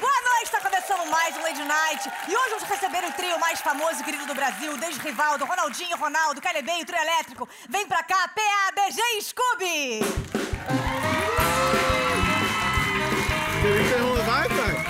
Boa noite, está começando mais um Lady Night. E hoje vamos receber o trio mais famoso e querido do Brasil, desde Rivaldo, Ronaldinho, Ronaldo, Calebem, o trio elétrico. Vem pra cá, PABG e Scooby! Vai, cara.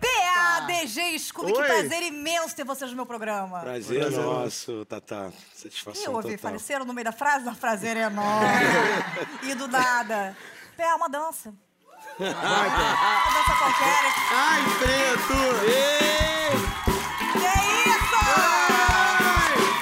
PABG e Scooby, que Oi. prazer imenso ter vocês no meu programa. Prazer é nosso, Tatá. E Satisfação houve, total. faleceram no meio da frase? Não, prazer é enorme. e do nada. É uma dança. Uma dança qualquer. Ai, preto! Que é isso?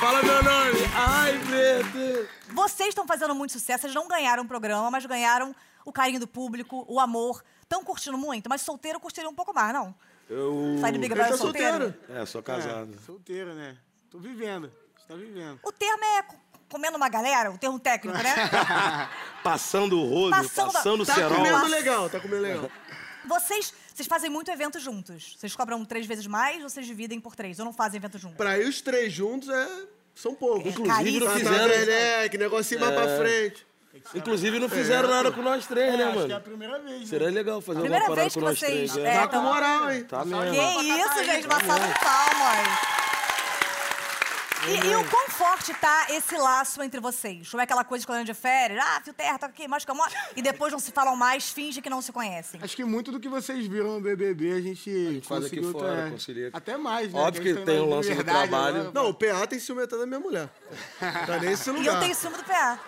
Fala meu nome! Ai, preto! Vocês estão fazendo muito sucesso, vocês não ganharam o programa, mas ganharam o carinho do público, o amor. Estão curtindo muito, mas solteiro eu curtiria um pouco mais, não? Eu... Sai do Big Eu Brother tô solteiro. tá solteiro. É, Ah. sou casado. Solteiro, né? Tô vivendo. Você tá vivendo. O termo é co- comendo uma galera, o termo técnico, né? Passando o rodo, Passando- passando, o Tá cerol. comendo legal, tá comendo legal. vocês, vocês fazem muito evento juntos. Vocês cobram três vezes mais ou vocês dividem por três? Ou não fazem evento juntos? Pra ir os três juntos é... são poucos. Inclusive, não Tá, tá, fizeram- né? Que negocinho mais pra frente. Tá Inclusive, não fizeram nada com nós três, É, né, mano? primeira vez. Seria legal fazer Primeira alguma parada vez com que nós vocês, três. é, né? Tá então- com moral, hein? Tá Que mesmo. isso, gente, uma salva de palmas. E, e o quão forte tá esse laço entre vocês? Ou é aquela coisa de colônia de férias? Ah, fio terra, toca aqui, mais que eu moro. E depois não se falam mais, finge que não se conhecem. Acho que muito do que vocês viram no BBB a gente, faz aqui conseguiu fora, tá. até- concilia. até mais, né? Óbvio Que a gente que tem um o um mais lance do liberdade, trabalho. né? Não, o PA tem ciumetado da minha mulher. Tá nesse E lugar. eu tenho ciúme do PA.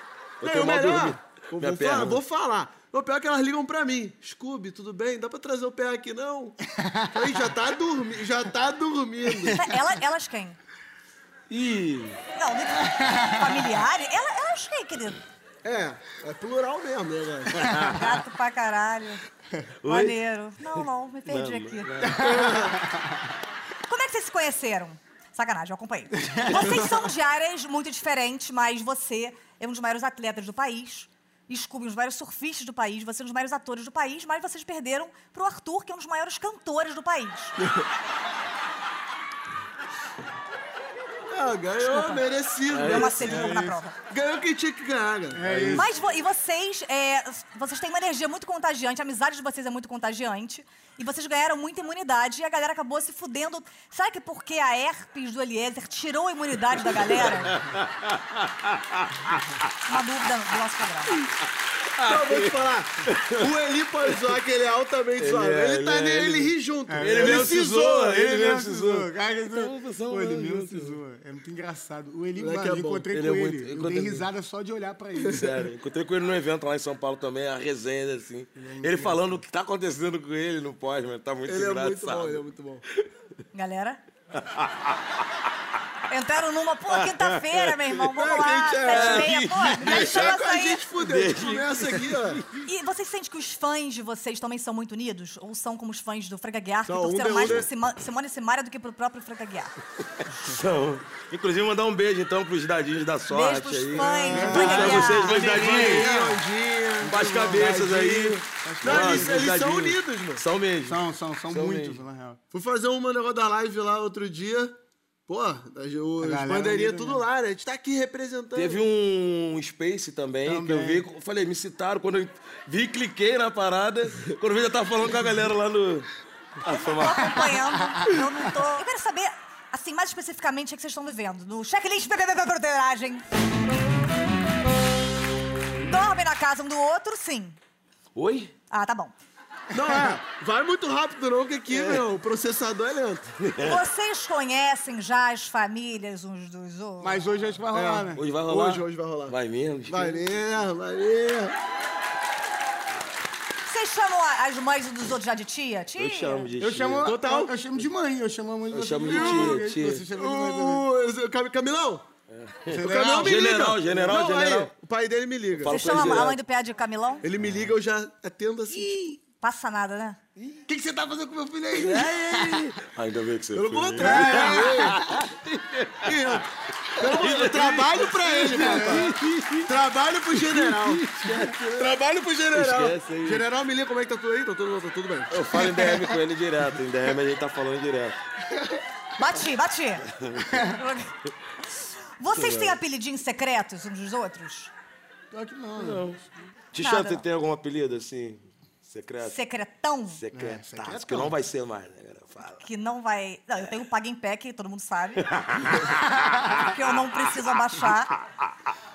Eu Não, tenho o mal dormir. melhor. Eu Minha Vou perna. falar, vou falar. O pior é que elas ligam pra mim. Scooby, tudo bem? Dá pra trazer o PA aqui, não? Aí já tá dormindo, já tá dormindo. Ela- elas quem? Ih, Não, não- familiares? Ela, elas quem, querido? É, é plural mesmo, né, galera? Gato pra caralho. Maneiro. Não, não, me perdi aqui. Como é que vocês se conheceram? Sacanagem, eu acompanhei. Vocês são de áreas muito diferentes, mas você é um dos maiores atletas do país. Scooby, um dos maiores surfistas do país, você é um dos maiores atores do país, mas vocês perderam pro Arthur, que é um dos maiores cantores do país. Ah, ganhou merecido. É uma merecido. sede um pouco na prova. Ganhou quem tinha que ganhar, né? É. cara. Mas vo- e vocês, é, vocês têm uma energia muito contagiante, a amizade de vocês é muito contagiante. E vocês ganharam muita imunidade e a galera acabou se fudendo. Será que é porque a herpes do Eliezer tirou a imunidade da galera? uma dúvida do nosso programa. Então, eu vou te falar. O Eli pode zoar, que ele é altamente zoado. Ele, tá ele, ele é, ele, ele- ri junto. ele é mesmo se zoa, ele Ele mesmo mesmo se se zoa. zoa. Cara, ele- Então, são Pô, ele dois, mesmo se né? zoa. É muito engraçado. O Eli, Moleque mano, eu é bom. encontrei Ele com é muito- ele. Eu encontrei dei muito. risada só de olhar pra ele. sério. Encontrei com ele num evento lá em São Paulo também, a resenha, assim. Ele falando o que tá acontecendo com ele no pós, mano. Tá muito Ele é muito bom, engraçado. ele é muito bom. Galera? Entraram numa, pô, quinta-feira, meu irmão, vamos É, lá, quem te- sete e meia, pô, já Deixar chama com a aí. gente fuder. A gente começa aqui, ó. E vocês sentem que os fãs de vocês também são muito unidos? Ou são como os fãs do Frank Aguiar, que São, um torceram de- mais é- um por de- Sima- Simone e Simaria do que pro próprio Frank Aguiar? Então, inclusive, mandar um beijo, então, pros dadinhos da Beijo sorte pros aí. fãs. do Frank Pra vocês, Aguiar. meus dadinhos. Rondinha. As cabeças aí. Não, Mano, eles, meus eles são dadinhos. unidos, mano. São mesmo. São, são, são, São muitos, mesmo. na real. Fui fazer uma negócio da live lá outro dia. Pô, as, o- A as galera bandeirinhas unida tudo mesmo. lá, né? A gente tá aqui representando. é Teve um Space também, que eu vi, eu falei, me citaram. Quando eu vi, cliquei na parada. Quando eu vi, já tava falando com a galera lá no. Ah, foi Tô uma... acompanhando. Eu não tô. Eu quero saber, assim, mais especificamente, o que vocês estão vivendo. No checklist BBB Broderagem. Dormem na casa um do outro, sim. Oi? Ah, tá bom. um- Não, é. Vai muito rápido, não, que aqui, meu, o processador é lento. Vocês conhecem já as famílias uns dos outros? Mas hoje acho que vai rolar, né? É. Hoje vai rolar? Hoje, hoje vai rolar. Vai mesmo? Vai mesmo, vai mesmo. Vocês chamam a- as mães uns dos outros já de tia? Tia? Eu chamo de Eu tia. chamo, Total. eu, eu chamo de mãe, eu chamo a mãe Eu chamo de tia, Uh. tia. Você chama de mãe também. O- o- Cam- Camilão, Camilão me né? É. General, liga. general, Não, general. Aí, o pai dele me liga. Fala Você pra chama ele a direto. mãe do PA de Camilão? Ele me liga, eu já atendo assim. Passa nada, né? O que, que você tá fazendo com meu filho aí? É, Ainda bem Ah, então que você Pelo foi. contrário. Pelo- eu trabalho pra ele, rapaz. Trabalho pro general. Trabalho pro general. Esquece aí. General, me liga como é que tá tudo aí? Tá tudo, tá tudo bem. Eu falo em DM com ele direto. Em DM a gente tá falando direto. Bati, bati. Vocês têm apelidinhos secretos uns dos outros? Pior que não, não. Tixan, Nada. você tem algum apelido assim? Secreto? Secretão? É, Secretaço, que não vai ser mais, né, galera? Fala. Que não vai. Não, eu tenho o Paga em Pé, que todo mundo sabe. que eu não preciso abaixar.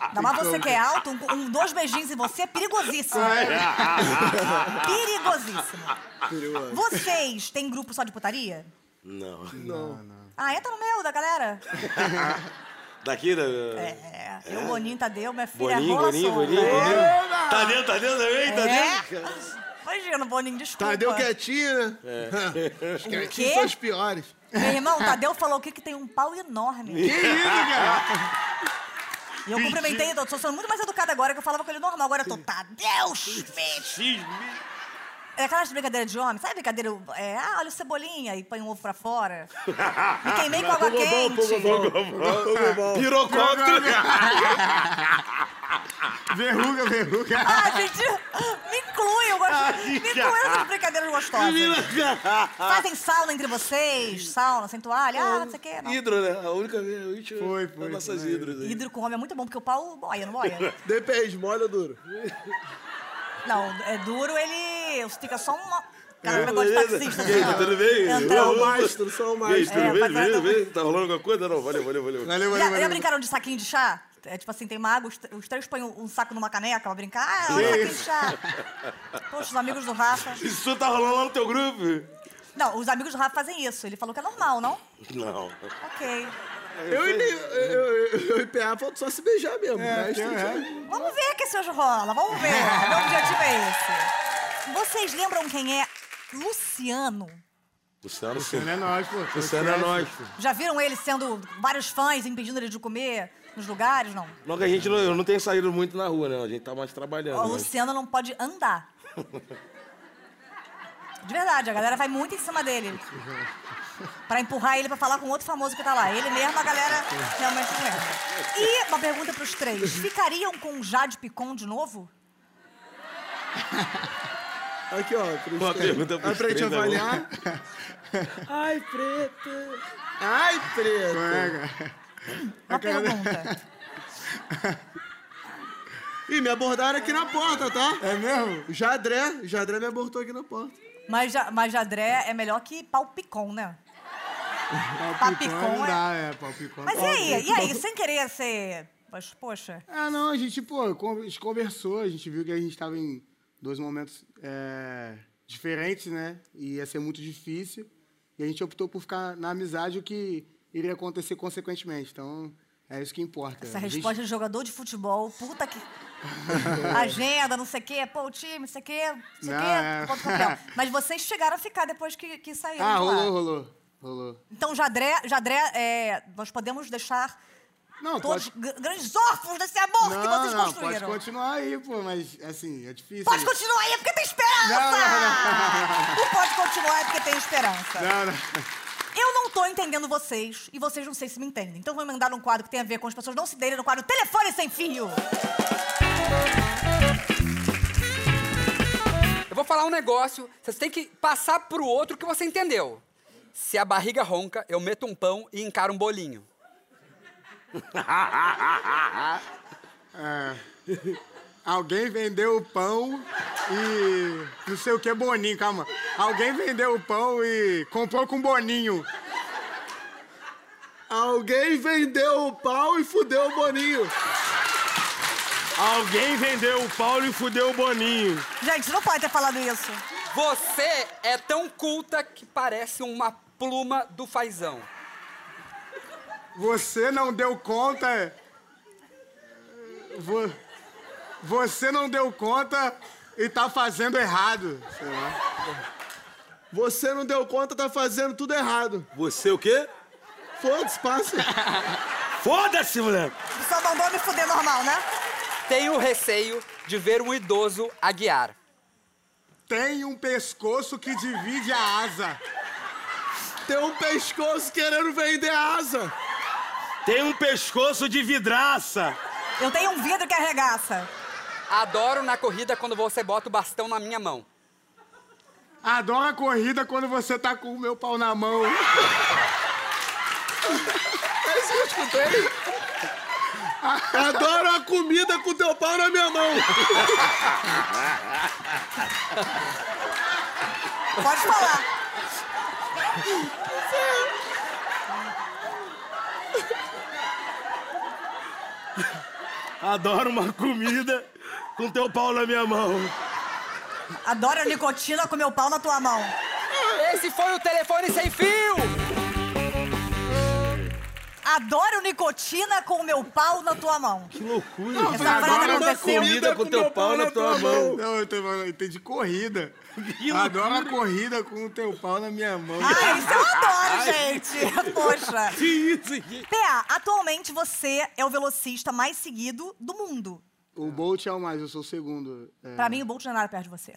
Ainda mais você que é alto, um, um- dois beijinhos em você é perigosíssimo. Ah, é? perigosíssimo. Vocês têm grupo só de putaria? Não. Ah, entra no meu, da galera. Daqui né? da. É, eu, Boninho, Tadeu, minha filha, é Boninho, rola Boninho, solta. Boninho, Boninho. Tá dentro, tá dentro também? Tá dentro? É? Imagina, Boninho, desculpa. Tadeu quietinho, Tá, É. né? Os quê? quietinhos são os piores. Meu irmão, Tadeu falou aqui que tem um pau enorme. Que isso, Tá cara? E eu cumprimentei, eu tô sendo muito mais educada agora, que eu falava com ele normal. Agora eu tô, Tadeu Schmidt! É aquelas brincadeiras de homem, sabe brincadeira? É, ah, olha o cebolinha e põe um ovo pra fora. Me queimei com água quente. Pirocóptero. Verruga, verruga. Ah, gente, me inclui, eu gosto. Me inclui nessas brincadeiras gostosas. Fazem sauna entre vocês, sauna, sem toalha, ah, não sei o quê. Não. Hidro, né? A única vez. a última- Foi, foi, as Nossas foi. hidros aí. Hidro com homem é muito bom, porque o pau boia, não boia? Depende, molha ou duro? Não, é duro, ele fica só uma... Cara, um negócio de beleza. taxista. Então, E aí, tá tudo bem? Entrar Só o É o mastro, só o E aí, mastro. tudo É, bem? mas era Beleza, também. beleza? Tá rolando alguma coisa? Não, valeu, valeu, valeu. Valeu, valeu, Já, já valeu. brincaram de saquinho de chá? É tipo assim, tem mago, os, tr- os três põem um, um saco numa caneca pra brincar. Ah, olha o saquinho de chá. Poxa, os amigos do Rafa... Isso tudo tá rolando lá no teu grupo? Não, os amigos do Rafa fazem isso. Ele falou que é normal, não? Não. Ok. Eu e eu- eu- eu- eu e PA falta só se beijar mesmo. É, O resto tem- já- é. Vamos ver o que esse hoje rola, vamos ver. Meu objetivo é esse. Vocês lembram quem é Luciano? Luciano, sim. Não é nós, pô. Luciano é nós. pô. Já viram ele sendo vários fãs impedindo ele de comer nos lugares, não? Não que a gente não, eu não tenho saído muito na rua, né? A gente tá mais trabalhando. Ó, né? Luciano não pode andar. De verdade, a galera vai muito em cima dele. Pra empurrar ele pra falar com outro famoso que tá lá. Ele mesmo, a galera realmente não lembra. E uma pergunta pros três. Ficariam com o Jade Picon de novo? Aqui, ó. pra Uma gente- pergunta é. pros Aí pra gente três, tá bom? avaliar. Ai, preta. Ai, preto. é? Uma pergunta. Ih, me abordaram aqui na porta, tá? É mesmo? Jadré, Jadré me abordou aqui na porta. Mas, Ja- mas Jadré é melhor que pau Picon, né? Papicon, Papicon é. não dá, é. Papicon. Mas e aí? E aí? Sem querer ser... Mas, poxa... Ah, não, a gente, pô, con- a gente conversou, a gente viu que a gente tava em dois momentos é, diferentes, né? E ia ser muito difícil. E a gente optou por ficar na amizade, o que iria acontecer consequentemente. Então, é isso que importa. Essa A gente- resposta de jogador de futebol, puta que. Agenda, não sei o quê, pô, o time, não sei o quê, não sei o Não, quê, é. contra o campeão. Mas vocês chegaram a ficar depois que, que saíram. Ah, de lá. rolou, rolou. Rolou. Então, Jadré, Jadré é, nós podemos deixar Não, todos pode... gr- grandes órfãos desse amor que Não, vocês não, pode construíram. continuar aí, pô, mas, assim, é difícil. Pode continuar aí é porque tem esperança! Não, não, Tu pode continuar aí porque tem esperança. Não, não. Eu não tô entendendo vocês e vocês não sei se me entendem. Então vou mandar um quadro que tem a ver com as pessoas não se derem no quadro Telefone Sem Fio. Eu vou falar um negócio, vocês têm que passar pro outro que você entendeu. Se a barriga ronca, eu meto um pão e encaro um bolinho. Alguém vendeu o pão e. Não sei o que, Boninho, calma. Alguém vendeu o pão e comprou com Boninho. Alguém vendeu o pau e fudeu o Boninho. Alguém vendeu o Paulo e fudeu o Boninho. Gente, não pode ter falado isso. Você é tão culta que parece uma pluma do fazão. Você não deu conta. é, vo- Você não deu conta e tá fazendo errado. Sei lá. Você não deu conta, tá fazendo tudo errado. Você o quê? Foda-se, passa. Foda-se, moleque! Só mandou me fuder normal, né? Tenho receio de ver um idoso a guiar. Tem um pescoço que divide a asa. Tem um pescoço querendo vender a asa. Tem um pescoço de vidraça! Eu tenho um vidro que arregaça. Adoro na corrida quando você bota o bastão na minha mão. Adoro a corrida quando você tá com o meu pau na mão. É isso que eu escutei. Adoro a comida com teu pau na minha mão. Pode falar. Adoro uma comida com teu pau na minha mão. Adoro a nicotina com meu pau na tua mão. Esse foi o telefone sem fio! Adoro nicotina com meu pau na tua mão. Que loucura. Essa frase é Adoro uma aconteceu. comida com teu pau na tua mão. Não, eu, tô, falando, eu entendi corrida. Adoro a corrida com o teu pau na minha mão. Ah, isso eu adoro, gente. Poxa. Que isso, gente? PA, atualmente você é o velocista mais seguido do mundo. O Bolt é o mais, eu sou o segundo. É, Pra mim, o Bolt não é nada perto de você.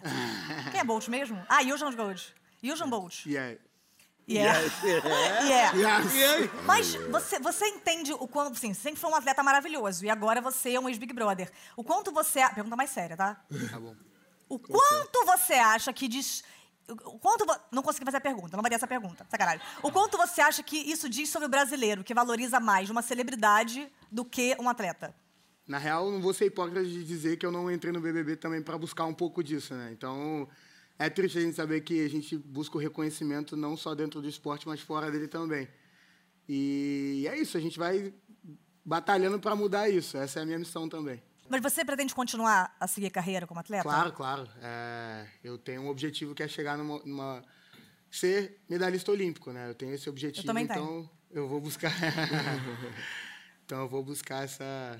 Quem é Bolt mesmo? Ah, Usain Bolt. Usain Bolt. é. yeah. é. Yeah. Yeah. E aí? Mas você, você entende o quanto... Assim, você sempre foi um atleta maravilhoso e agora você é um ex-Big Brother. O quanto você... a- Pergunta mais séria, tá? Tá bom. O quanto você acha que diz... O quanto... vo- Não consegui fazer a pergunta, não varia essa pergunta, sacanagem. O quanto você acha que isso diz sobre o brasileiro, que valoriza mais uma celebridade do que um atleta? Na real, eu não vou ser hipócrita de dizer que eu não entrei no BBB também pra buscar um pouco disso, né? Então, é triste a gente saber que a gente busca o reconhecimento não só dentro do esporte, mas fora dele também. E é isso, a gente vai batalhando pra mudar isso. Essa é a minha missão também. Mas você pretende continuar a seguir carreira como atleta? Claro, claro. É, eu tenho um objetivo que é chegar numa, numa- ser medalhista olímpico, né? Eu tenho esse objetivo, também tenho. então eu vou buscar. então eu vou buscar essa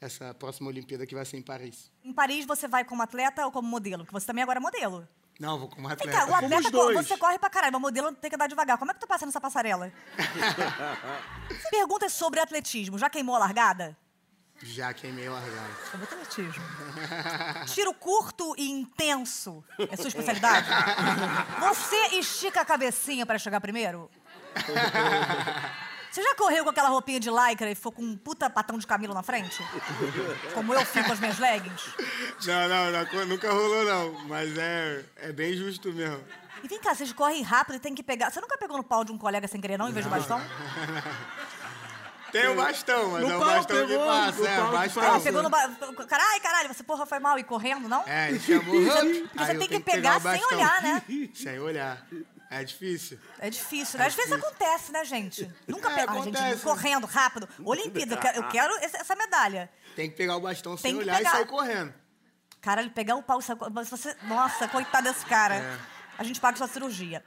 essa próxima Olimpíada que vai ser em Paris. Em Paris você vai como atleta ou como modelo? Porque você também agora é modelo. Não, eu vou como Vem atleta. cá, o atleta, co- dois. você corre pra caralho, mas modelo tem que andar devagar. Como é que tu passa nessa passarela? Perguntas sobre atletismo. Já queimou a largada? Já queimei o largado. Sobre atletismo. Tiro curto e intenso é sua especialidade? Você estica a cabecinha pra chegar primeiro? Você já correu com aquela roupinha de lycra e ficou com um puta patão de camelo na frente? Como eu fico com as minhas leggings? Não, não, não, nunca rolou não, mas é é bem justo mesmo. E vem cá, vocês correm rápido e tem que pegar. Você nunca pegou no pau de um colega sem querer, não, em vez do bastão? Tem o bastão, mas No é o pau bastão que pegou, passa, no é, pau o que bastão. Ah, pegou no. Ba... Caralho, caralho, você porra foi mal e correndo, não? É, ele chamou. Você Aí eu tem que tenho pegar o sem bastão. olhar, né? Sem olhar. É difícil. É difícil, né? Às vezes acontece, né, gente? Nunca É, pega. Ah, acontece, gente, né? correndo rápido. Olimpíada, eu quero, eu quero esse- essa medalha. Tem que pegar o bastão Tem sem que olhar pegar. e sair correndo. Caralho, pegar o pau. saco- Mas você. Nossa, coitado desse cara. É. A gente paga sua cirurgia.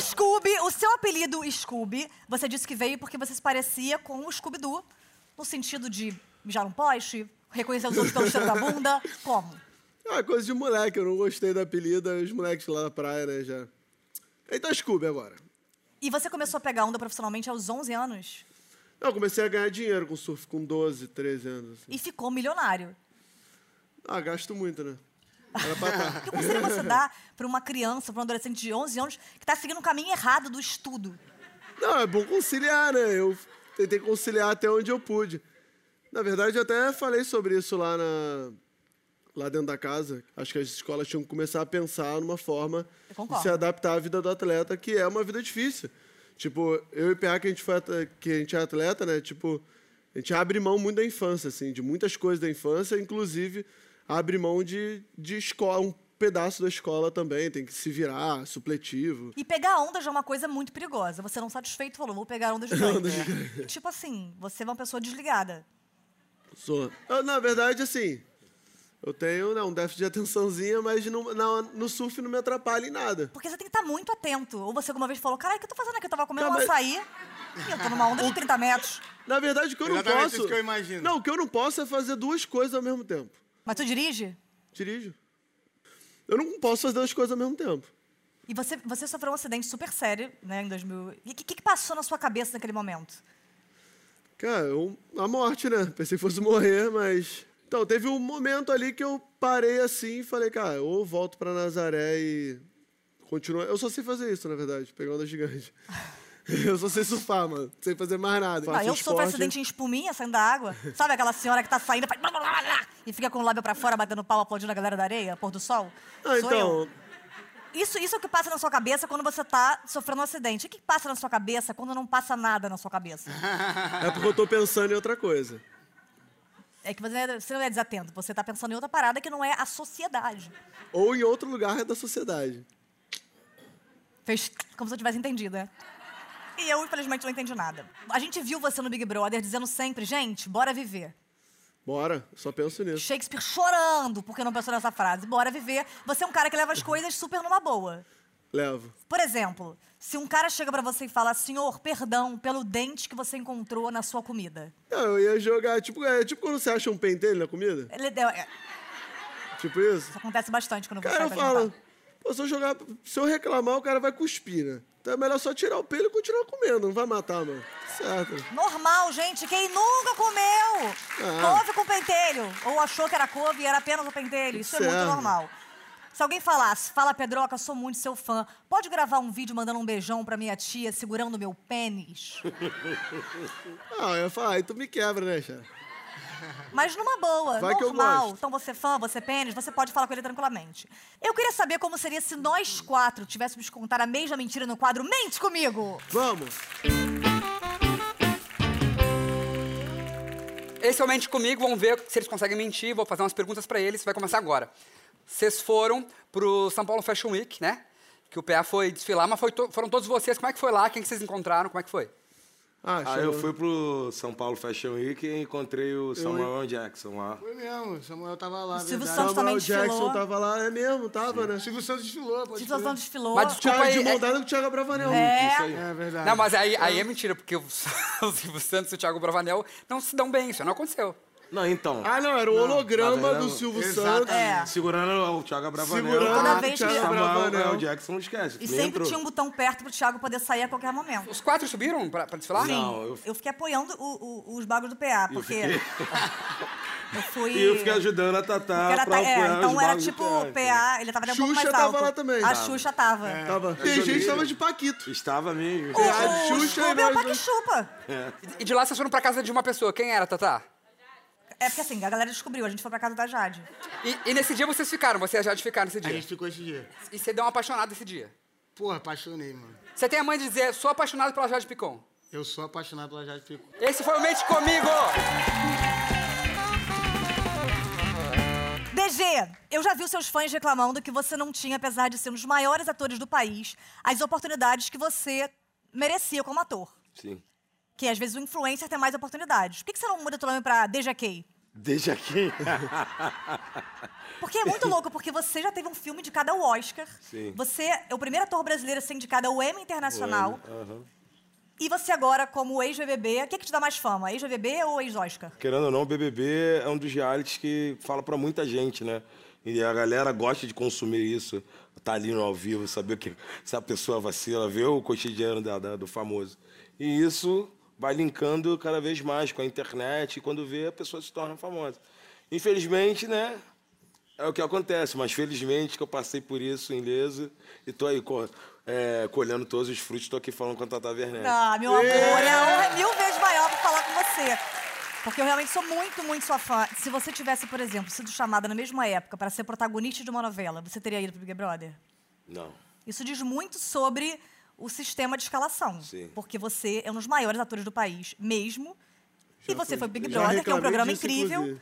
Scooby, o seu apelido Scooby, você disse que veio porque você se parecia com o Scooby-Doo, no sentido de mijar um poste, reconhecer os outros pelo cheiro da bunda. Como? É uma coisa de moleque, eu não gostei da apelida, os moleques lá da praia, né, já. Então, Scooby agora. E você começou a pegar onda profissionalmente aos 11 anos Não, Eu comecei a ganhar dinheiro com surf com 12, 13 anos. assim. e ficou milionário. Ah, gasto muito, né? Que conselho você dá pra uma criança, pra um adolescente de 11 anos que tá seguindo o caminho errado do estudo? Não, é bom conciliar, né? Eu tentei conciliar até onde eu pude. Na verdade, eu até falei sobre isso lá na lá dentro da casa. Acho que as escolas tinham que começar a pensar numa forma Eu de concordo. se adaptar à vida do atleta, que é uma vida difícil. Tipo, eu e o PA, que a gente foi atle- que a gente é atleta, né? Tipo, a gente abre mão muito da infância, assim, de muitas coisas da infância, inclusive abre mão de, de escola, um pedaço da escola também, tem que se virar, supletivo. E pegar onda já é uma coisa muito perigosa. Você não satisfeito falou, vou pegar onda de noite. Tipo assim, você é uma pessoa desligada. Sou. Eu, na verdade, assim, eu tenho né, um déficit de atençãozinha, mas não, na- no surf não me atrapalha em nada. Porque você tem que estar muito atento. Ou você alguma vez falou, caralho, o que eu tô fazendo aqui? Eu tava comendo Não, um mas- açaí e eu tô numa onda de 30 metros. Na verdade, o que eu não Exatamente posso. isso que eu imagino. Não, o que eu não posso é fazer duas coisas ao mesmo tempo. Mas tu dirige? Dirijo. Eu não posso fazer duas coisas ao mesmo tempo. E você, você sofreu um acidente super sério, né, em 2000. E o que, que passou na sua cabeça naquele momento? Cara, eu, a morte, né? Pensei que fosse morrer, mas. Então, teve um momento ali que eu parei assim e falei, cara, ou eu volto pra Nazaré e. Continua. Eu só sei fazer isso, na verdade, pegar onda gigante. Eu só sei surfar, mano. Não sei fazer mais nada. Não, Faço Ah, eu sofro esporte. acidente em espuminha saindo da água. Sabe aquela senhora que tá saindo faz blá, blá, blá, blá, e fica com o lábio pra fora, batendo pau, aplaudindo a galera da areia, pôr do sol? Ah, Sou então. eu. Isso, isso é o que passa na sua cabeça quando você tá sofrendo um acidente. O que passa na sua cabeça quando não passa nada na sua cabeça? É porque eu tô pensando em outra coisa. É que você não é- você não é desatento, você tá pensando em outra parada que não é a sociedade. Ou em outro lugar da sociedade. Fez como se eu tivesse entendido, né? E eu, infelizmente, não entendi nada. A gente viu você no Big Brother dizendo sempre, gente, bora viver. Bora, só penso nisso. Shakespeare chorando porque não pensou nessa frase. Bora viver. Você é um cara que leva as coisas super numa boa. Levo. Por exemplo, se um cara chega pra você e fala, senhor, perdão pelo dente que você encontrou na sua comida. Não, eu ia jogar, tipo, é tipo quando você acha um pentelho na comida. Ele deu- é, Tipo isso. Isso acontece bastante quando O você cara vai fala, jantar. pô, se eu jogar, se eu reclamar, o cara vai cuspir, né? Então é melhor só tirar o pelo e continuar comendo, não vai matar, mano. Certo. Normal, gente. Quem nunca comeu Ah. couve com pentelho ou achou que era couve e era apenas o pentelho. Isso é muito Serve. normal. Se alguém falasse, fala Pedroca, sou muito seu fã, pode gravar um vídeo mandando um beijão pra minha tia segurando meu pênis? Ah, eu ia falar, aí tu me quebra, né, cara? Mas numa boa, Vai que eu normal. gosto. Então você é fã, você é pênis, você pode falar com ele tranquilamente. Eu queria saber como seria se nós quatro tivéssemos que contar a mesma mentira no quadro Mente Comigo! Vamos. Esse é o Mente Comigo, vamos ver se eles conseguem mentir, vou fazer umas perguntas pra eles, vai começar agora. Vocês foram pro São Paulo Fashion Week, né? Que o PA foi desfilar, mas foi to- foram todos vocês. Como é que foi lá? Quem que vocês encontraram? Como é que foi? Ah, Aí eu chegou. fui pro São Paulo Fashion Week e encontrei o Samuel Jackson lá. Foi mesmo, o Samuel tava lá, O Silvio verdade. Santos também Samuel Jackson desfilou. tava lá, é mesmo, tava, O né? Silvio Santos desfilou, pode Titãs não crer. desfilou. Mas desculpa Thiago aí. de é- mão dada com o Thiago Bravanel. É. É verdade. Não, mas aí, aí é mentira, porque o o Silvio Santos e o Thiago Bravanel não se dão bem, isso não aconteceu. Não, então. Ah, não, era o holograma nada, do não. Silvio um- Exato. Santos. É. Segurando o Thiago Bravanel. Segurando Toda vez que- o Thiago Samuel Bravanel. Bravanel. Jackson, não esquece. E sempre entrou. tinha um botão perto pro Thiago poder sair a qualquer momento. Os quatro subiram pra, pra desfilar? Não, eu, Eu fiquei apoiando o- o- os bagos do PA, porque. eu fui. e eu fiquei ajudando a Tatá Porque era pra ta- é, apoiar então os era bagos tipo do o PA, ele tava até um pouco mais Xuxa alto. tava lá também. A Tava. Xuxa tava. Tava. Tem gente que tava de Paquito. Estava mesmo. O, A o, Xuxa Scooby e é o nós pá que dois. chupa. E de lá vocês foram pra casa de uma pessoa. Quem era, Tatá? É porque assim, a galera descobriu, a gente foi pra casa da Jade. E, e nesse dia vocês ficaram, você e a Jade ficaram nesse A É. dia. gente ficou esse dia. E você deu uma apaixonada esse dia. Porra, apaixonei, mano. Você tem a mãe de dizer, sou apaixonado pela Jade Picon. Eu sou apaixonado pela Jade Picon. Esse foi o Mente Comigo! DG, eu já vi os seus fãs reclamando que você não tinha, apesar de ser um dos maiores atores do país, as oportunidades que você merecia como ator. Sim. Que às vezes o influencer tem mais oportunidades. Por que, que você não muda teu nome pra Deja Kay? Deixa aqui. Porque é muito louco, porque você já teve um filme indicado ao Oscar. Sim. Você é o primeiro ator brasileiro a ser indicado ao Emmy Internacional. E você agora, como ex-BBB, o que, que te dá mais fama? Ex-BBB ou ex-Oscar? Querendo ou não, o BBB é um dos realities que fala pra muita gente, né? E a galera gosta de consumir isso, tá ali no ao vivo, saber que, se a pessoa vacila, ver o cotidiano da- da- do famoso. E isso vai linkando cada vez mais com a internet, e quando vê, a pessoa se torna famosa. Infelizmente, né? É o que acontece, mas felizmente que eu passei por isso ileso e tô aí co- é, colhendo todos os frutos, tô aqui falando com a Tata Werneck. Ah, meu amor, a honra é mil vezes maior por falar com você. Porque eu realmente sou muito, muito sua fã. Se você tivesse, por exemplo, sido chamada na mesma época para ser protagonista de uma novela, você teria ido pro Big Brother? Não. Isso diz muito sobre o sistema de escalação. Sim. Porque você é um dos maiores atores do país, mesmo. e você foi pro Big já Brother, que é um reclamei programa disso, incrível. inclusive.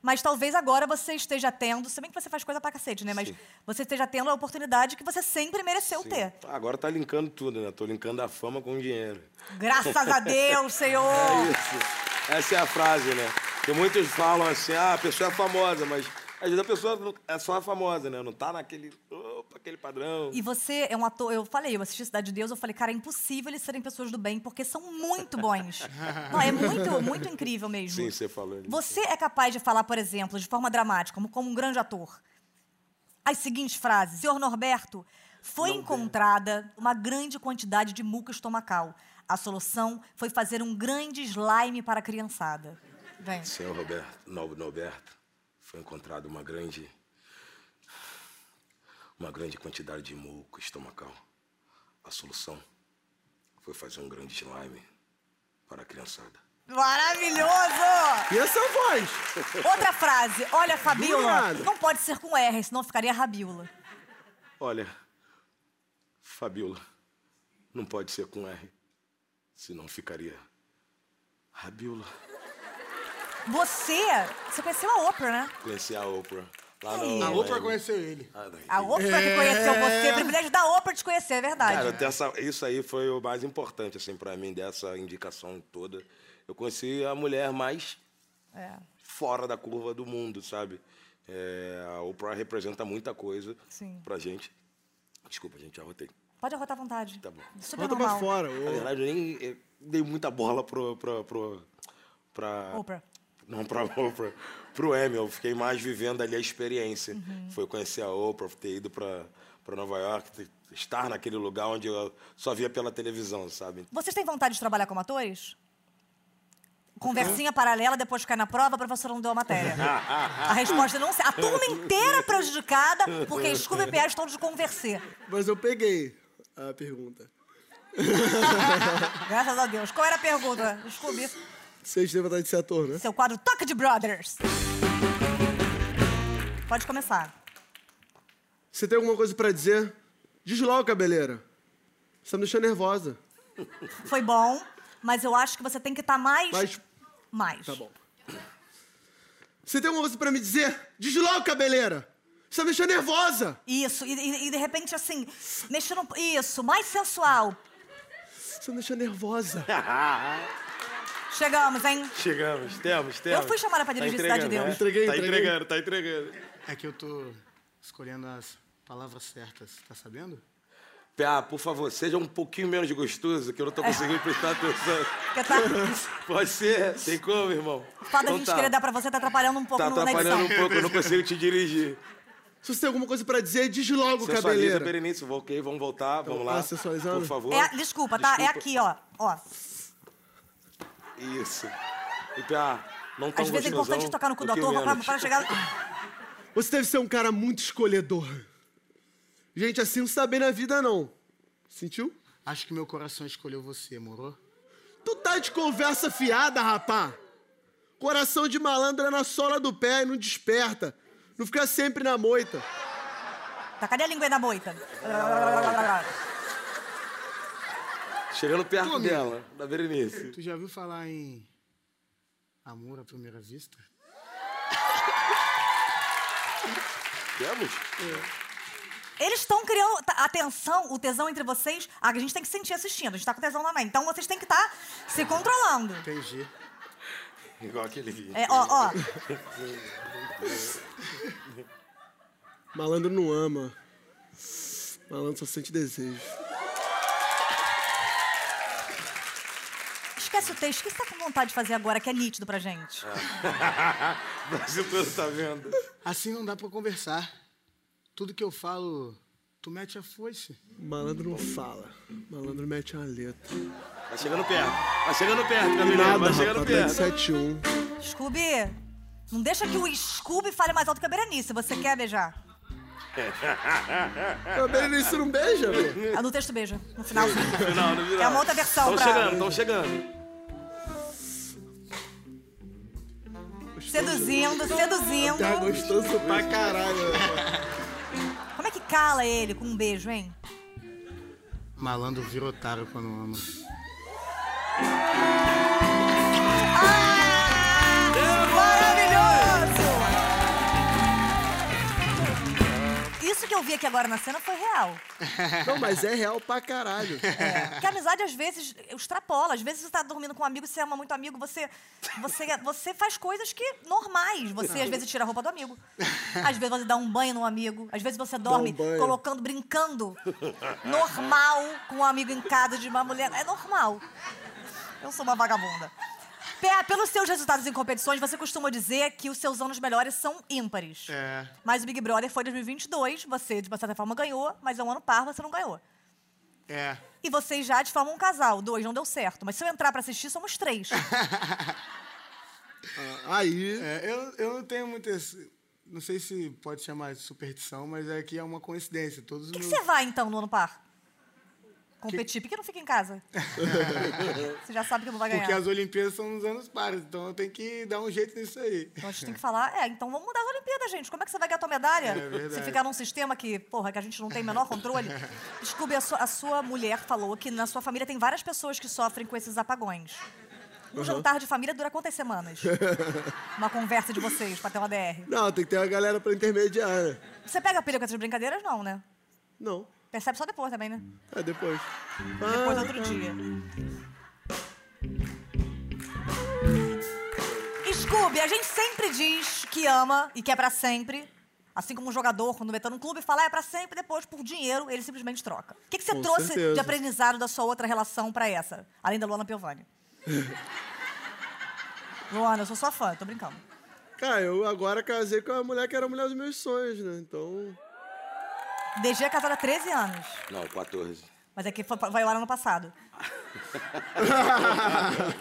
Mas talvez agora você esteja tendo, se bem que você faz coisa pra cacete, né? Mas você esteja tendo a oportunidade que você sempre mereceu ter. Ah, Agora tá linkando tudo, né? Tô linkando a fama com o dinheiro. Graças a Deus, Senhor! É Isso. Essa é a frase, né? Porque muitos falam assim, ah, a pessoa é famosa, mas às vezes a pessoa não- é só a famosa, né? Não tá naquele, opa, aquele padrão. E você é um ator. Eu falei, eu assisti Cidade de Deus, eu falei, cara, é impossível eles serem pessoas do bem, porque são muito bons. Não, é muito, muito incrível mesmo. Sim, você falou. isso. Você é capaz de falar, por exemplo, de forma dramática, como, como um grande ator, as seguintes frases. Senhor Norberto, foi encontrada uma grande quantidade de muco estomacal. A solução foi fazer um grande slime para a criançada. Vem. Senhor Roberto, nobre Norberto, foi encontrado uma grande. uma grande quantidade de muco estomacal. A solução foi fazer um grande slime para a criançada. Maravilhoso! E essa é voz? Outra frase. Olha, Fabiola, nada. não pode ser com R, senão ficaria Rabiola. Olha, Fabiola, não pode ser com R, senão ficaria. Rabiola. Você, você conheceu a Oprah, né? Conheci a Oprah. É Lá no. A é. Oprah conheceu ele. Ah, daí. A Oprah que conheceu você, privilégio da Oprah te conhecer, é verdade. Cara, até essa- isso aí foi o mais importante, assim, pra mim, dessa indicação toda. Eu conheci a mulher mais É. fora da curva do mundo, sabe? É, a Oprah representa muita coisa Sim. pra gente. Desculpa, gente, arrotei. Pode arrotar à vontade. Tá bom. Super Bota pra normal. fora. Na ô. verdade, eu nem eu dei muita bola pro... pro, pro pra, Oprah. Não, pra Oprah. Pro Emmy. Eu fiquei mais vivendo ali a experiência. Uhum. Foi conhecer a Oprah, ter ido pra, pra Nova York, ter- estar naquele lugar onde eu só via pela televisão, sabe? Vocês têm vontade de trabalhar como atores? Conversinha paralela, depois cai na prova, a professora não deu a matéria. Ah, a resposta não sei. A turma inteira prejudicada, porque Scooby e Pierre estão de converser. Mas eu peguei a pergunta. Graças a Deus. Qual era a pergunta, Scooby? Vocês têm vontade de ser ator, né? Seu quadro Toque de Brothers. Pode começar. Você tem alguma coisa pra dizer? Diz logo, cabeleira. Você tá me deixou nervosa. Foi bom, mas eu acho que você tem que estar mais... Mas Mais. Tá bom. Você tem alguma coisa pra me dizer? Diz logo, cabeleira. Você tá me deixou nervosa. Isso, e, e- e de repente assim, mexendo. Isso, mais sensual. Você tá me deixou nervosa. Chegamos, hein? Chegamos, temos, temos. fui chamada pra dirigir Cidade de Deus. entregando, né? Entreguei, tá entreguei. entregando, tá entregando. É que eu tô escolhendo as palavras certas, tá sabendo? Pia, por favor, seja um pouquinho menos gostoso, que eu não É. tô conseguindo prestar atenção. Porque tá, Pode ser? Tem como, irmão? o fato da Então gente tá. querer dar pra você tá atrapalhando um pouco Tá no, na edição. atrapalhando um pouco, eu não consigo te dirigir. Se você tem alguma coisa pra dizer, diz logo, Sensualiza, cabeleira. Berenice, vou- ok, vamos voltar, vamos lá. ah, sensualizando? Por favor. É, desculpa, tá? É aqui, ó. ó. Isso. E Pia, não tão Às vezes é importante gostosão, tocar no cu do um pouquinho ator pra, menos. pra chegar. Você deve ser um cara muito escolhedor. Gente, assim não se dá bem na vida, não. Sentiu? Acho que meu coração escolheu você, moro? Tu tá de conversa fiada, rapá. Coração de malandro é na sola do pé e não desperta. Não fica sempre na moita. Tá, cadê a língua da moita? Chegando perto dela, da Berenice. Tu já viu falar em amor à primeira vista? Temos? Eles estão criando tá, a tensão, o tesão entre vocês. A gente tem que sentir assistindo. A gente tá com tesão na mãe. Então vocês têm que estar se controlando. Entendi. Igual aquele vídeo. É, ó, ó. Malandro não ama. Malandro só sente desejo. Esquece o texto. O que você tá com vontade de fazer agora que é nítido pra gente? O Brasil todo tá vendo. Assim não dá pra conversar. Tudo que eu falo, tu mete a foice. Malandro não fala. Malandro mete uma letra. Tá chegando perto. Tá chegando perto, Gabriel. Nada, Tá chegando rapaz. Tá de perto. 7-1. Scooby, não deixa que o Scooby fale mais alto que a Berenice. Você quer beijar? A Berenice não beija, velho. Ah, no texto beija, no final. Não, não virou. É uma outra versão Tão pra- chegando, estão chegando. Seduzindo, seduzindo. Tá gostoso pra caralho, velho. Como é que cala ele com um beijo, hein? Malandro vira otário quando ama. Maravilhoso! Isso que eu vi aqui agora na cena foi real. Não, mas é real pra caralho. É. Porque a amizade, às vezes, extrapola. Às vezes você tá dormindo com um amigo, você ama muito amigo, você, você, você faz coisas que normais. Você, às vezes, tira a roupa do amigo. Às vezes você dá um banho num amigo. Às vezes você dorme banho. colocando, brincando. Normal com um amigo em casa de uma mulher. É normal. Eu sou uma vagabunda. Pé, pelos seus resultados em competições, você costuma dizer que os seus anos melhores são ímpares. É. Mas o Big Brother foi 2022, você, de uma certa forma, ganhou, mas é um ano par, você não ganhou. É. E vocês já te formam um casal. Dois não deu certo. Mas se eu entrar pra assistir, somos três. Ah, Aí, É, eu, eu não tenho muito esse. Não sei se pode chamar de superstição, mas é que é uma coincidência. Todos os Por que que meus. você vai, então, no ano par? Competir. Por que não fica em casa? você já sabe que não vai ganhar. Porque as Olimpíadas são nos anos pares, então eu tenho que dar um jeito nisso aí. Então a gente tem que falar, é, então vamos mudar as Olimpíadas, gente. Como é que você vai ganhar a tua medalha? se verdade. ficar num sistema que, porra, que a gente não tem o menor controle. Desculpe, a sua, a sua mulher falou que na sua família tem várias pessoas que sofrem com esses apagões. Uhum. Um jantar de família dura quantas semanas? Uma conversa de vocês pra ter uma DR. não, tem que ter a galera pra intermediar, né? Você pega pilha com essas brincadeiras? Não, né? Não. Percebe só depois também, né? É depois. Depois outro dia. Scooby, a gente sempre diz que ama e que é pra sempre. Assim como um jogador, quando vai tá num clube, fala "Ah, é pra sempre, depois, por dinheiro, ele simplesmente troca. O que, que você Com trouxe certeza. de aprendizado da sua outra relação pra essa? Além da Luana Piovani. Luana, eu sou sua fã, tô brincando. Cara, eu agora casei com a mulher que era a mulher dos meus sonhos, né? Então. DG é casada há 13 anos, Não, 14. mas é que foi- vai lá no ano passado.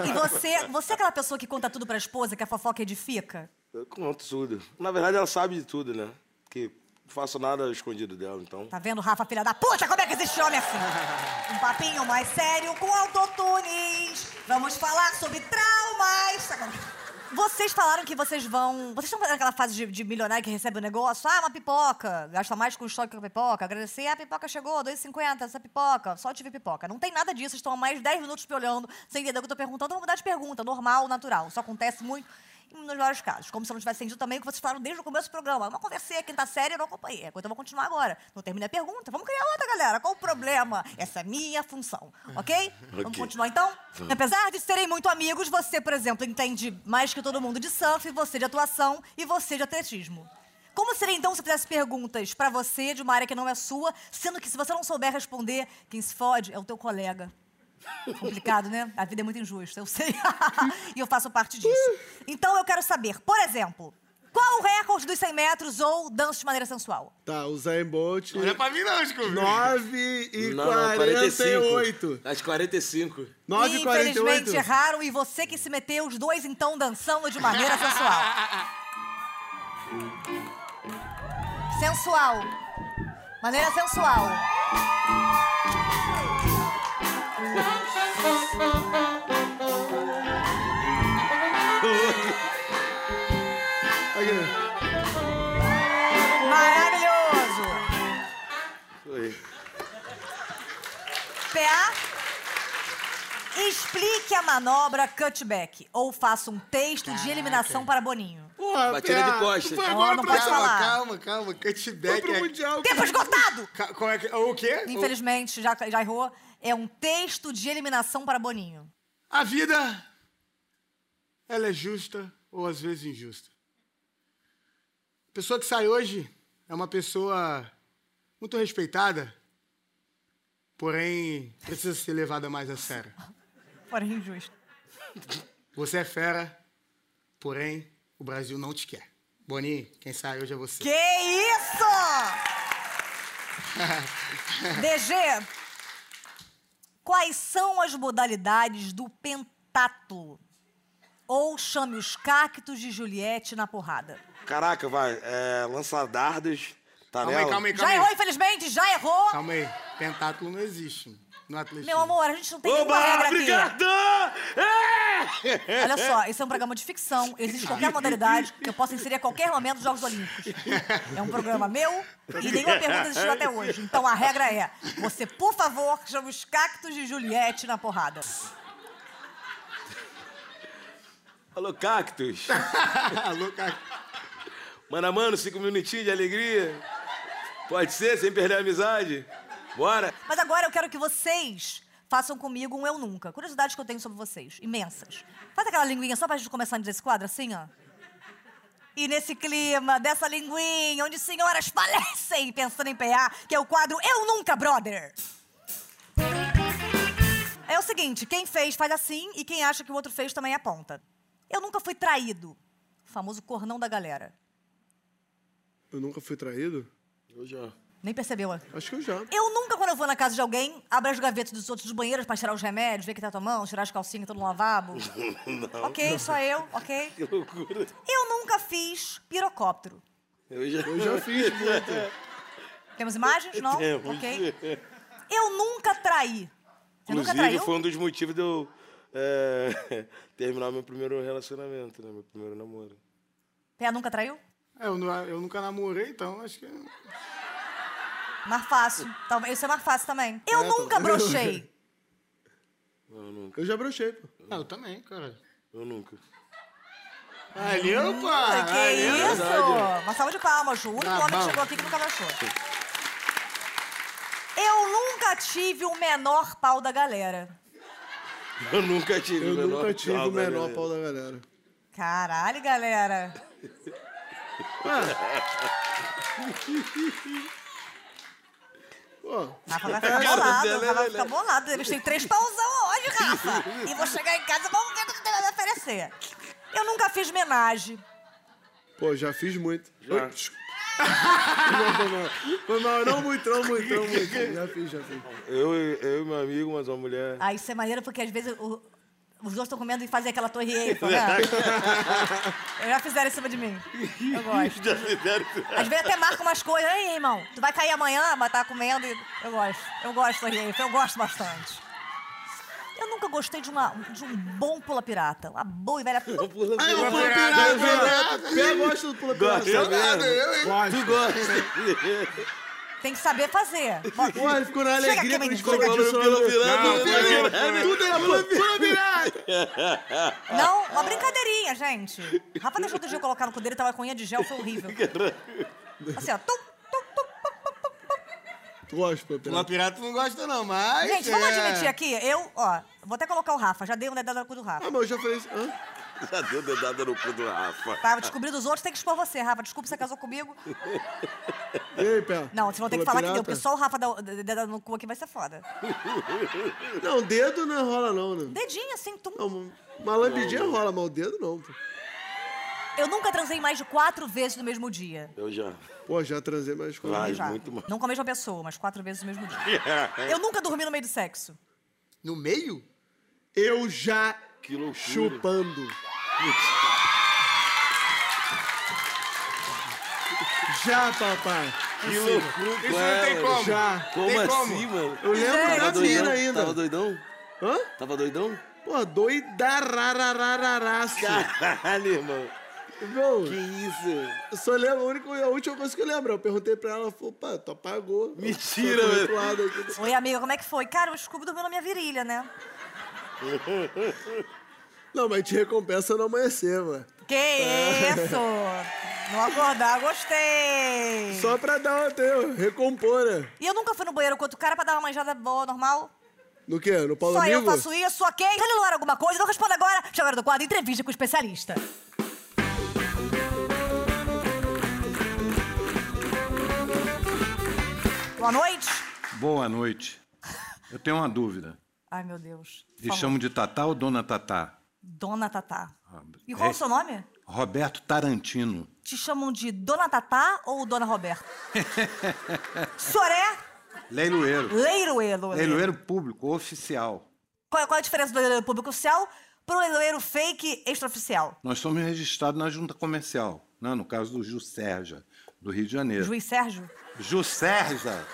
e você, você é aquela pessoa que conta tudo pra esposa, que a fofoca edifica? Eu conto tudo. Na verdade, ela sabe de tudo, né? Porque não faço nada escondido dela, então. Tá vendo, Rafa, filha da puta? Como é que existe homem assim? Um papinho mais sério com autotunes. Vamos falar sobre traumas. Sacanagem. Vocês falaram que vocês vão. Vocês estão naquela fase de, de milionário que recebe o negócio? Ah, uma pipoca. Gasta mais com estoque que com pipoca. Agradecer. Ah, a pipoca chegou, 2,50 essa pipoca. Só tive pipoca. Não tem nada disso. Estão há mais de 10 minutos me olhando, sem entender o que eu tô perguntando. Eu Vou mudar de pergunta. Normal, natural. Isso acontece muito. Nos melhores casos, como se eu não tivesse entendido também o que vocês falaram desde o começo do programa. Eu não conversei, quinta série, tá eu não acompanhei. Então eu vou continuar agora. Não terminei a pergunta. Vamos criar outra, galera. Qual o problema? Essa é a minha função, ok? Vamos Ok. continuar então? Apesar de serem muito amigos, você, por exemplo, entende mais que todo mundo de surf, você de atuação e você de atletismo. Como seria então se eu fizesse perguntas pra você de uma área que não é sua, sendo que se você não souber responder, quem se fode é o teu colega? Complicado, né? A vida é muito injusta, eu sei. e eu faço parte disso. Então eu quero saber, por exemplo, qual o recorde dos 100 metros ou dança de maneira sensual? Tá, o Zayn Bolt. Não é pra mim, não, Scooby. 9 e Não, 48. Às 45. 9 e 48. Infelizmente erraram e você que se meteu, os dois então dançando de maneira sensual. sensual. Maneira sensual. Aqui. Maravilhoso. Foi. PA. Explique a manobra cutback ou faça um texto de eliminação para Boninho. Porra, Batida Pia, de costas. tu Foi Não, agora não pra pode lá. falar. Calma, calma, Foi cutback. pro é- Mundial. Tempo esgotado! Ca- Como é que. O quê? Então tá Infelizmente, já, já errou. É um texto de eliminação para Boninho. A vida, ela é justa ou às vezes injusta. A pessoa que sai hoje é uma pessoa muito respeitada, porém precisa ser levada mais a sério. Porém, injusto. Você é fera, porém o Brasil não te quer. Boninho, quem sai hoje é você. Que isso! DG, quais são as modalidades do pentátulo? Ou chame os cactos de Juliette na porrada. Caraca, vai. É, lança tá dardos. Calma Tanela. aí, calma aí, Já calma errou, aí. infelizmente, já errou. Calma aí. Pentátulo não existe no atletismo. Meu amor, a gente não tem nenhuma Oba, regra aqui. Brigandã! Olha só, esse é um programa de ficção. Existe qualquer modalidade que eu possa inserir a qualquer momento dos Jogos Olímpicos. É um programa meu e nenhuma pergunta existiu até hoje. Então a regra é: você, por favor, chama os cactos de Juliette na porrada. Alô, cactus. Alô, cara. Mano a mano, cinco minutinhos de alegria. Pode ser, sem perder a amizade. Bora. Mas agora eu quero que vocês façam comigo um Eu Nunca. Curiosidades que eu tenho sobre vocês, imensas. Faz aquela linguinha só pra gente começar nesse quadro, assim, ó. E nesse clima dessa linguinha, onde senhoras falecem pensando em PA, que é o quadro Eu Nunca, Brother. É o seguinte, quem fez faz assim e quem acha que o outro fez também aponta. Eu nunca fui traído. O famoso cornão da galera. Eu nunca fui traído? Eu já. Nem percebeu, ó. Acho que eu já. Eu nunca, quando eu vou na casa de alguém, abro as gavetas dos outros dos banheiros pra tirar os remédios, ver que tá tomando, tirar as calcinhas, todo no lavabo. Ok, só eu, ok? Que loucura. Eu nunca fiz pirocóptero. Eu já... Eu já fiz muito. Temos imagens? Não? Temos. Ok. Eu nunca traí. Você nunca Inclusive, traiu? foi um dos motivos de eu é, terminar meu primeiro relacionamento, né? Meu primeiro namoro. Pé nunca traiu? É, eu, nu- eu nunca namorei, então acho que. Mais fácil. Talvez isso é mais fácil também. Eu nunca brochei. Eu já brochei, pô. Ah, eu também, cara. Eu nunca. Ali, opa! que ali, isso? Ah, é verdade. Uma salva de palmas, Ju. O único Ah, homem que bom. chegou aqui que nunca brochou. Eu nunca tive o menor pau da galera. Eu nunca tive Eu o menor né? nunca tive pau o da menor galera. pau da galera. Caralho, galera. Pô, Rafa vai ficar bolado, Rafa vai ficar bolado. Eles têm três pauzão hoje, Rafa. E vou chegar em casa e vamos ver o que tem a me oferecer. Eu nunca fiz homenagem. pô, já fiz muito. Já. Ui, tch. Não, foi mal. Foi mal, não muito, não muito, não muito. Já fiz, já fiz. Eu, eu e meu amigo, mas uma mulher. Aí isso é maneiro porque às vezes o- os dois estão comendo e fazem aquela torre Eiffel, é né? Eu já fizeram em cima de mim. Eu gosto. Já fizeram isso. Às vezes até marca umas coisas. Aí, irmão, tu vai cair amanhã, mas tá comendo e... Eu gosto. Eu gosto de torre Eiffel, eu gosto bastante. Eu nunca gostei de, uma, de um bom pula-pirata. Uma boa e velha pula Ah, eu fui Eu pirata! vi, né? Eu gosto do pula pirata. Gosta Nada, mesmo? eu, hein? Tu gosta? Tem que saber fazer. Ué, ele ficou na Chega aqui, alegria quando a menino, chega gente colocou aqui. no celular. Tudo é era Pula pirata! Não, uma brincadeirinha, gente. O Rafa deixou outro dia eu colocar no cu dele, tava com unha de gel, foi horrível. Assim, ó. tum, tum, tum. Tu gosta de pula Pula pirata? pirata não gosta, não, mas. Gente, vamos é, admitir aqui. Eu, ó, vou até colocar o Rafa. Já dei um dedado no cu do Rafa. Ah, mas eu já falei isso. Hã? Já deu dedada no cu do Rafa. Tá, eu descobri dos outros, tem que expor você, Rafa. Desculpa, você casou comigo. E aí, pé? Não, vocês vão ter que Pula falar que deu, porque pirata? só o Rafa dá o d- dedado no cu aqui vai ser foda. Não, dedo não rola, não, né? Dedinho, assim, tum. Não, uma lambidinha rola, mas o dedo não, pô. Eu nunca transei mais de quatro vezes no mesmo dia. Eu já. Pô, já transei mais coisas. Vai. Mas Já. muito É. mais. Não com a mesma pessoa, mas quatro vezes no mesmo dia. Eu nunca dormi no meio do sexo. No meio? Eu já Que loucura. chupando. Já, papai. Que loucura, Isso cara. não tem como. Já. Como Tem como. assim, mano? Eu lembro Gente. da Tava doidão? mina ainda. Tava doidão? Hã? Tava doidão? Pô, doidarararararaço. Caralho, irmão. Meu, Que isso? eu só lembro, a, única, a última coisa que eu lembro. Eu perguntei pra ela, ela falou, pá, tu apagou. Eu Mentira, tô velho. recuado aqui. Oi, amiga, como é que foi? Cara, o Scooby dormiu na minha virilha, né? Não, mas te recompensa no amanhecer, mano. Que isso! Não acordar, gostei! Só pra dar o teu, recompor, né? E eu nunca fui no banheiro com outro cara pra dar uma manjada boa, normal. No quê? No Paulo só Amigo? eu faço isso, ok? Celular alguma coisa, não responda agora. Chama do quadro Entrevista com o Especialista. Boa noite. Boa noite. Eu tenho uma dúvida. Ai, meu Deus. Por Me favor. chamo Ah, de Tatá ou Dona Tatá? Dona Tatá. E é. qual o seu nome? Roberto Tarantino. Te chamam de Dona Tatá ou Dona Roberta? é Soré Leiloeiro. Leiroelo. Leiloeiro público, oficial. Qual, qual a diferença do leiloeiro público oficial pro leiloeiro fake extraoficial? Nós somos registrados na junta comercial, né? no caso do Ju Serja, do Rio de Janeiro. Juiz Sérgio? Ju Serja!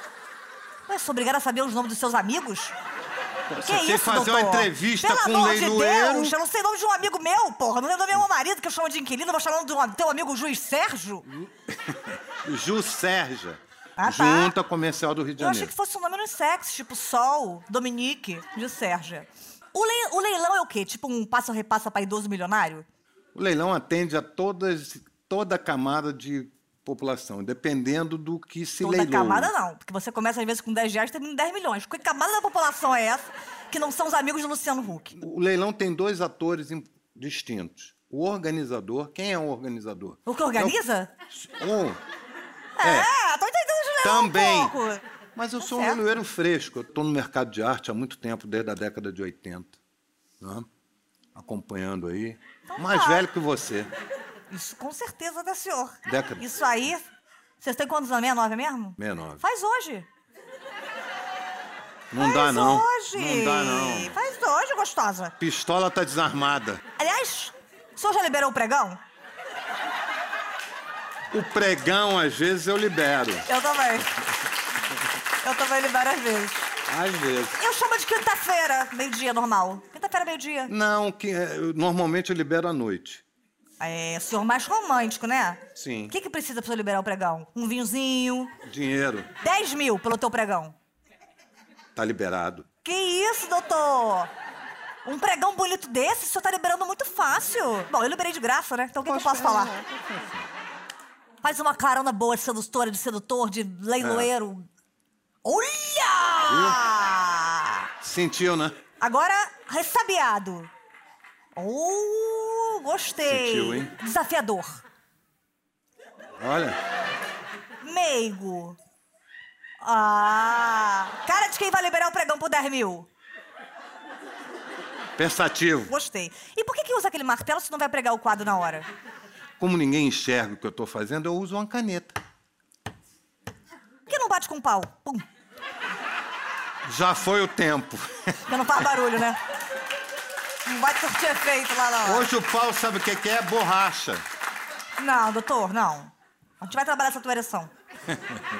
Ué, sou obrigada a saber os nomes dos seus amigos? é Você quer fazer doutor? uma entrevista Pelo com um amor leiloeiro? de Deus, eu não sei o nome de um amigo meu, porra. Não sei o nome do meu marido, que eu chamo de inquilino, vou chamar o nome do teu amigo juiz Sérgio? Ju Serja. Ah, tá. Junta comercial do Rio de Eu achei Janeiro. que fosse um nome no sexo, tipo Sol, Dominique, de Sérgio. O, lei- o leilão é o quê? Tipo um passa ou repassa pra idoso milionário? O leilão atende a todas, toda a camada de população, dependendo do que se Toda leilou. camada não, porque você começa às vezes com 10 reais e termina em 10 milhões. Que camada da população é essa que não são os amigos de Luciano Huck? O leilão tem dois atores im- distintos. O organizador, quem é o organizador? O que organiza? É o- Um. É, É. tô entendendo de leilão Também. um pouco. Mas eu Tá sou um certo. leiloeiro fresco. Eu estou no mercado de arte há muito tempo, desde a década de 80. né? Acompanhando aí. Mais tá. velho que você. Isso com certeza, né, senhor? Década. Isso aí Você tem quantos anos? 69 mesmo? 69. Faz hoje. Não Faz dá, não. hoje. Não dá, não. Faz hoje, gostosa. Pistola tá desarmada. Aliás, o senhor já liberou o pregão? O pregão, às vezes, eu libero. Eu também. Eu também libero às vezes. Às vezes. Eu chamo de quinta-feira, meio-dia, normal. Quinta-feira, meio-dia. Não, que, é, eu- normalmente eu libero à noite. É, senhor mais romântico, né? Sim. O que, que precisa pra você liberar o pregão? Um vinhozinho? Dinheiro 10 mil pelo teu pregão. tá liberado. Que isso, doutor? Um pregão bonito desse, o senhor tá liberando muito fácil. Bom, eu liberei de graça, né? Então o que, que eu posso falar? Faz uma carona boa de sedutora, de sedutor, de leiloeiro. Olha! Sentiu, né? Agora, ressabiado. Oh, gostei. Sentiu, hein? Desafiador. Olha, Meigo. Ah, cara de quem vai liberar o pregão por 10 mil. pensativo. Gostei. E por que, que usa aquele martelo se não vai pregar o quadro na hora? Como ninguém enxerga o que eu tô fazendo, eu uso uma caneta. Por que não bate com o pau? Pum. Já foi o tempo. Porque não faz barulho, né? Não vai curtir efeito lá na hora. Hoje o pau sabe o que que é? Borracha. Não, doutor, não. A gente vai trabalhar essa tua ereção.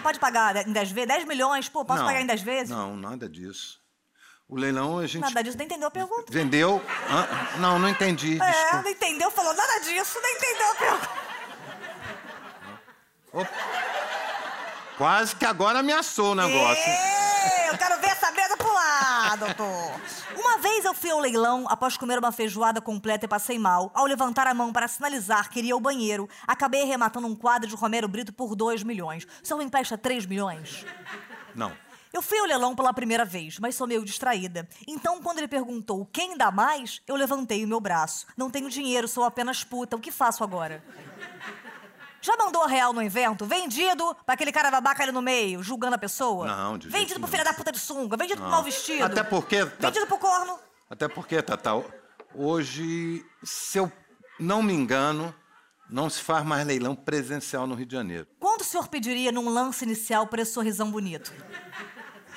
Pode pagar em 10 vezes? 10 milhões? Pô, posso Não, pagar em 10 vezes? Não, nada disso. O leilão a gente Nada disso, não entendeu a pergunta. vendeu. Ah, não, não entendi. É, não Desculpa. entendeu, falou nada disso, não entendeu a pergunta. Quase que agora ameaçou o um negócio. É. Ê, Eu quero ver essa mesa pular, doutor. Uma vez eu fui ao leilão após comer uma feijoada completa e passei mal. Ao levantar a mão para sinalizar que iria ao banheiro, acabei arrematando um quadro de Romero Brito por 2 milhões. O senhor me empresta 3 milhões? Não. Eu fui ao leilão pela primeira vez, mas sou meio distraída. Então, quando ele perguntou quem dá mais, eu levantei o meu braço. Não tenho dinheiro, sou apenas puta. O que faço agora? Já mandou real no invento? Vendido pra aquele cara babaca ali no meio, julgando a pessoa? Não, de jeito Vendido pro nenhum. filho da puta de sunga, vendido pro mal vestido. Até porque- tá- Vendido pro corno. Até porque, Tata, hoje, se eu não me engano, não se faz mais leilão presencial no Rio de Janeiro. Quanto o senhor pediria num lance inicial por esse sorrisão bonito?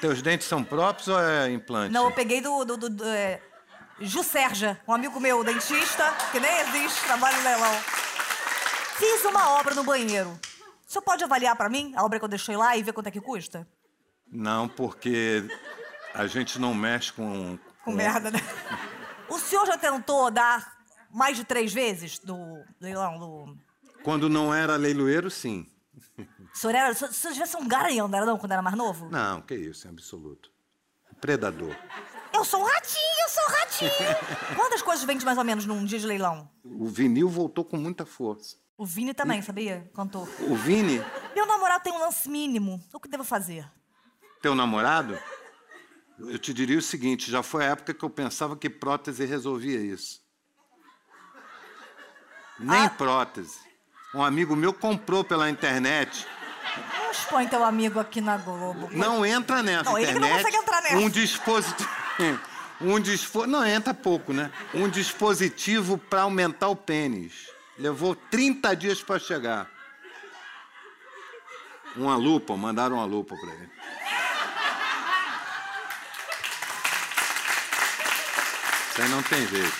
Teus dentes são próprios ou é implante? Não, eu peguei do. do, do, do é, Jusserja, um amigo meu, dentista, que nem existe, trabalha no leilão. Fiz uma obra no banheiro. O senhor pode avaliar pra mim a obra que eu deixei lá e ver quanto é que custa? Não, porque a gente não mexe com... Com merda, né? O senhor já tentou dar mais de três vezes do leilão do. Quando não era leiloeiro, sim. O senhor era. O senhor o senhor devia ser um garanhão, não era não, quando era mais novo? Não, que isso, em absoluto. Predador. Eu sou um ratinho, eu sou um ratinho! Quantas coisas vende mais ou menos num dia de leilão? O vinil voltou com muita força. O Vini também, sabia? Cantor. O Vini, Meu namorado tem um lance mínimo. O que devo fazer? teu namorado, eu te diria o seguinte, já foi a época que eu pensava que prótese resolvia isso. Nem Ah. prótese. Um amigo meu comprou pela internet. Não expõe teu então, amigo aqui na Globo. Não entra nessa Não, ele que não internet. consegue entrar nessa. Um dispositivo. Um dispo... Não, entra pouco, né? Um dispositivo para aumentar o pênis. Levou 30 dias para chegar. Uma lupa, mandaram uma lupa para ele. Isso aí não tem jeito.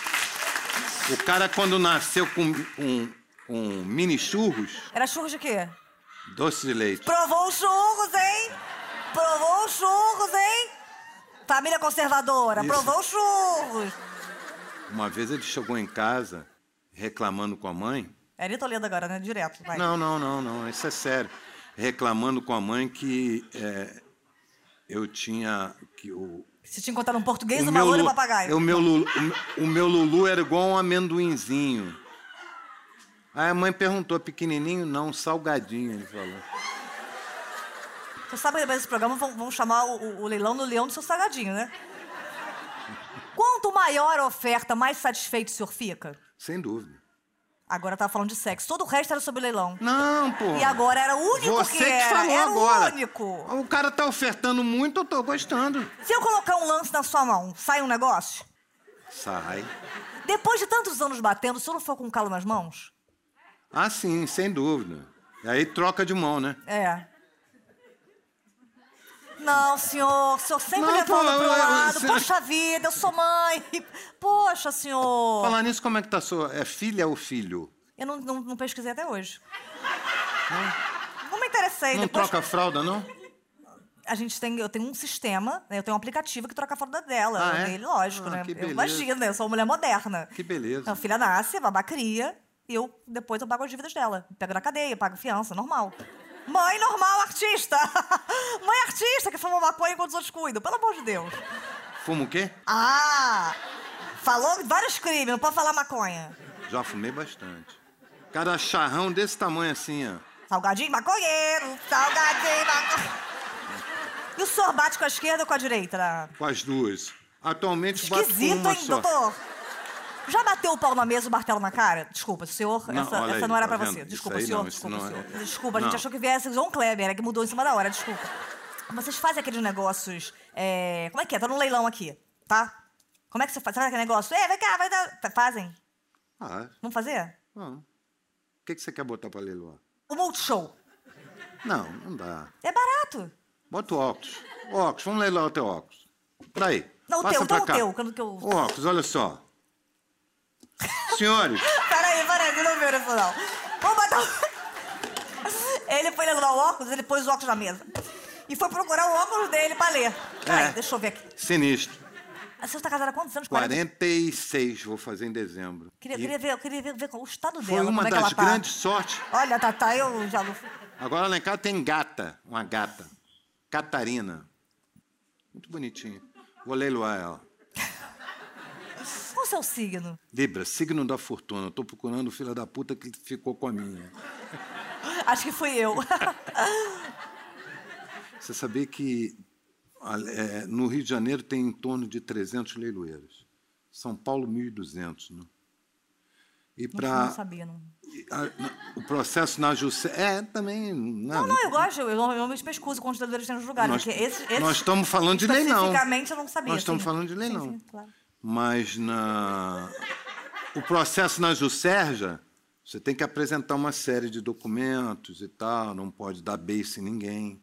O cara, quando nasceu com, com, com mini churros, Era churros de quê? doce de leite. Provou os churros, hein? Provou os churros, hein? Família conservadora, Isso. provou os churros. Uma vez ele chegou em casa reclamando com a mãe. É Ari Toledo agora, né? Direto, vai. Não, não, não, não, isso é sério. Reclamando com a mãe que é, eu tinha. que o, Se te encontrar um português, o uma loura e um Lu- papagaio. o, meu Lulu, o meu- o meu Lulu era igual um amendoinzinho. Aí a mãe perguntou: pequenininho? Não, salgadinho, ele falou. Você sabe que depois desse programa vão, vão chamar o, o- o leilão do leão do seu salgadinho, né? Quanto maior a oferta, mais satisfeito o senhor fica? Sem dúvida. Agora eu tava falando de sexo. Todo o resto era sobre leilão. Não, pô. E agora era o único Você que que era. falou era agora. o único. O cara tá ofertando muito, eu tô gostando. Se eu colocar um lance na sua mão, sai um negócio? Sai. um Depois de tantos anos batendo, se eu não for com calo nas mãos? Ah, sim, sem dúvida. E aí troca de mão, né? É. Não, senhor, o senhor sempre Não, levando pô, pro eu- eu- lado. se- Poxa vida, eu sou mãe. Poxa, senhor. Falar nisso, como é que tá sua. É filha ou filho? Eu não, não- não pesquisei até hoje. Não me interessei. Não Depois troca a fralda, não? a gente tem, eu tenho um sistema, né? eu tenho um aplicativo que troca a fralda dela, Ah, é? dele, lógico, Ah, né? que Eu beleza. imagino, né? eu sou uma mulher moderna. Que beleza. A filha nasce, vai cria, e eu depois eu pago as dívidas dela. Pego na cadeia, pago fiança, normal. Mãe normal, artista! Mãe artista que fuma maconha enquanto os outros cuidam, pelo amor de Deus. Fumo o quê? Ah! Falou vários crimes, não pode falar maconha. Já fumei bastante. Cara, charrão desse tamanho assim, ó. Salgadinho maconheiro, salgadinho maconheiro. E o senhor bate com a esquerda ou com a direita? né? Com as duas. Atualmente bato com Esquisito, uma hein, só. doutor? Já bateu o pau na mesa e o martelo na cara? Desculpa, senhor. Não, essa olha essa aí, não era tá pra vendo? você. Isso Desculpa, aí senhor. não, isso desculpa, não é- senhor. Desculpa, a gente Não. achou que viesse João Kleber, é que mudou em cima da hora, desculpa. Vocês fazem aqueles negócios. é, Como é que é? Tá num leilão aqui, tá? Como é que você faz? Sabe aquele negócio? É, vem cá, vai dar. Fa- Fazem? Ah, Vamos fazer? não. O que, que você quer botar pra leiloar? O Multishow. Não, não dá. É barato. Bota o óculos. Óculos, vamos leiloar o teu óculos. Daí. Não, o passa teu, pra então o cá. teu, quando que eu- O óculos, olha só. Senhores, Peraí, peraí, você não viu isso não. Vamos botar o- Ele foi levar o óculos, ele pôs o óculos na mesa. E foi procurar o óculos dele pra ler. Peraí, É. deixa eu ver aqui. sinistro. A senhora tá casada há quantos anos? 46 vou fazer em dezembro. Queria, E queria ver, eu queria ver, ver qual o estado foi dela, como uma é que das ela tá. grandes sortes. Olha, Tatá, eu já não... Agora lá em casa tem gata, uma gata. Catarina. Muito bonitinha. Vou leiloar ela. Qual o seu signo? Libra, signo da fortuna. Eu tô procurando o filho da puta que ficou com a minha. Acho que fui eu. Você sabia que a- é, no Rio de Janeiro tem em torno de 300 leiloeiros. São Paulo, 1.200, né? E Não, não para sabia, não. o processo na Justiça... É, também... Não, Não, eu gosto, eu, eu realmente pesquiso quantos devedores tem nos lugares. Nós- porque esses, esses nós estamos falando de leilão. Especificamente, eu não sabia. Nós estamos sim. falando de leilão. Sim, sim, claro. Mas na... o processo na Juscerja, você tem que apresentar uma série de documentos e tal, não pode dar beijo em ninguém.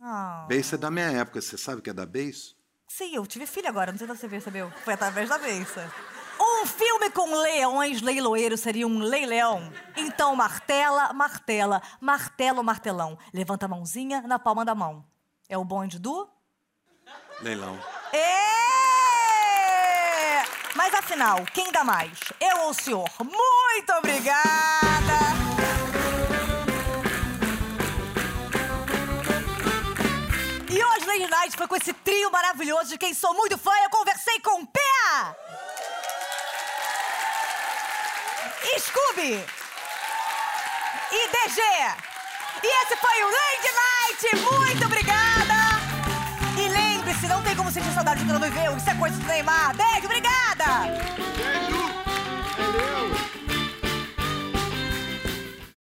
Ah. Beijo é da minha época, você sabe o que é dar beijo? Sim, eu tive filho agora, não sei se você percebeu. Foi através da mesa. Um filme com leões leiloeiro seria um leilão. Então, martela, martela, martelo, martelão. Levanta a mãozinha na palma da mão. É o bonde do. Leilão. Ê! É! Mas afinal, quem dá mais? Eu ou o senhor? Muito obrigada! E hoje, Lady Night, foi com esse trio maravilhoso de quem sou muito fã. Eu conversei com Pea! Scooby! E DG! E esse foi o Lady Night! Muito obrigada! E lembre-se, não tem como sentir saudade do que não viveu. Isso é coisa do Neymar. Beijo, obrigada!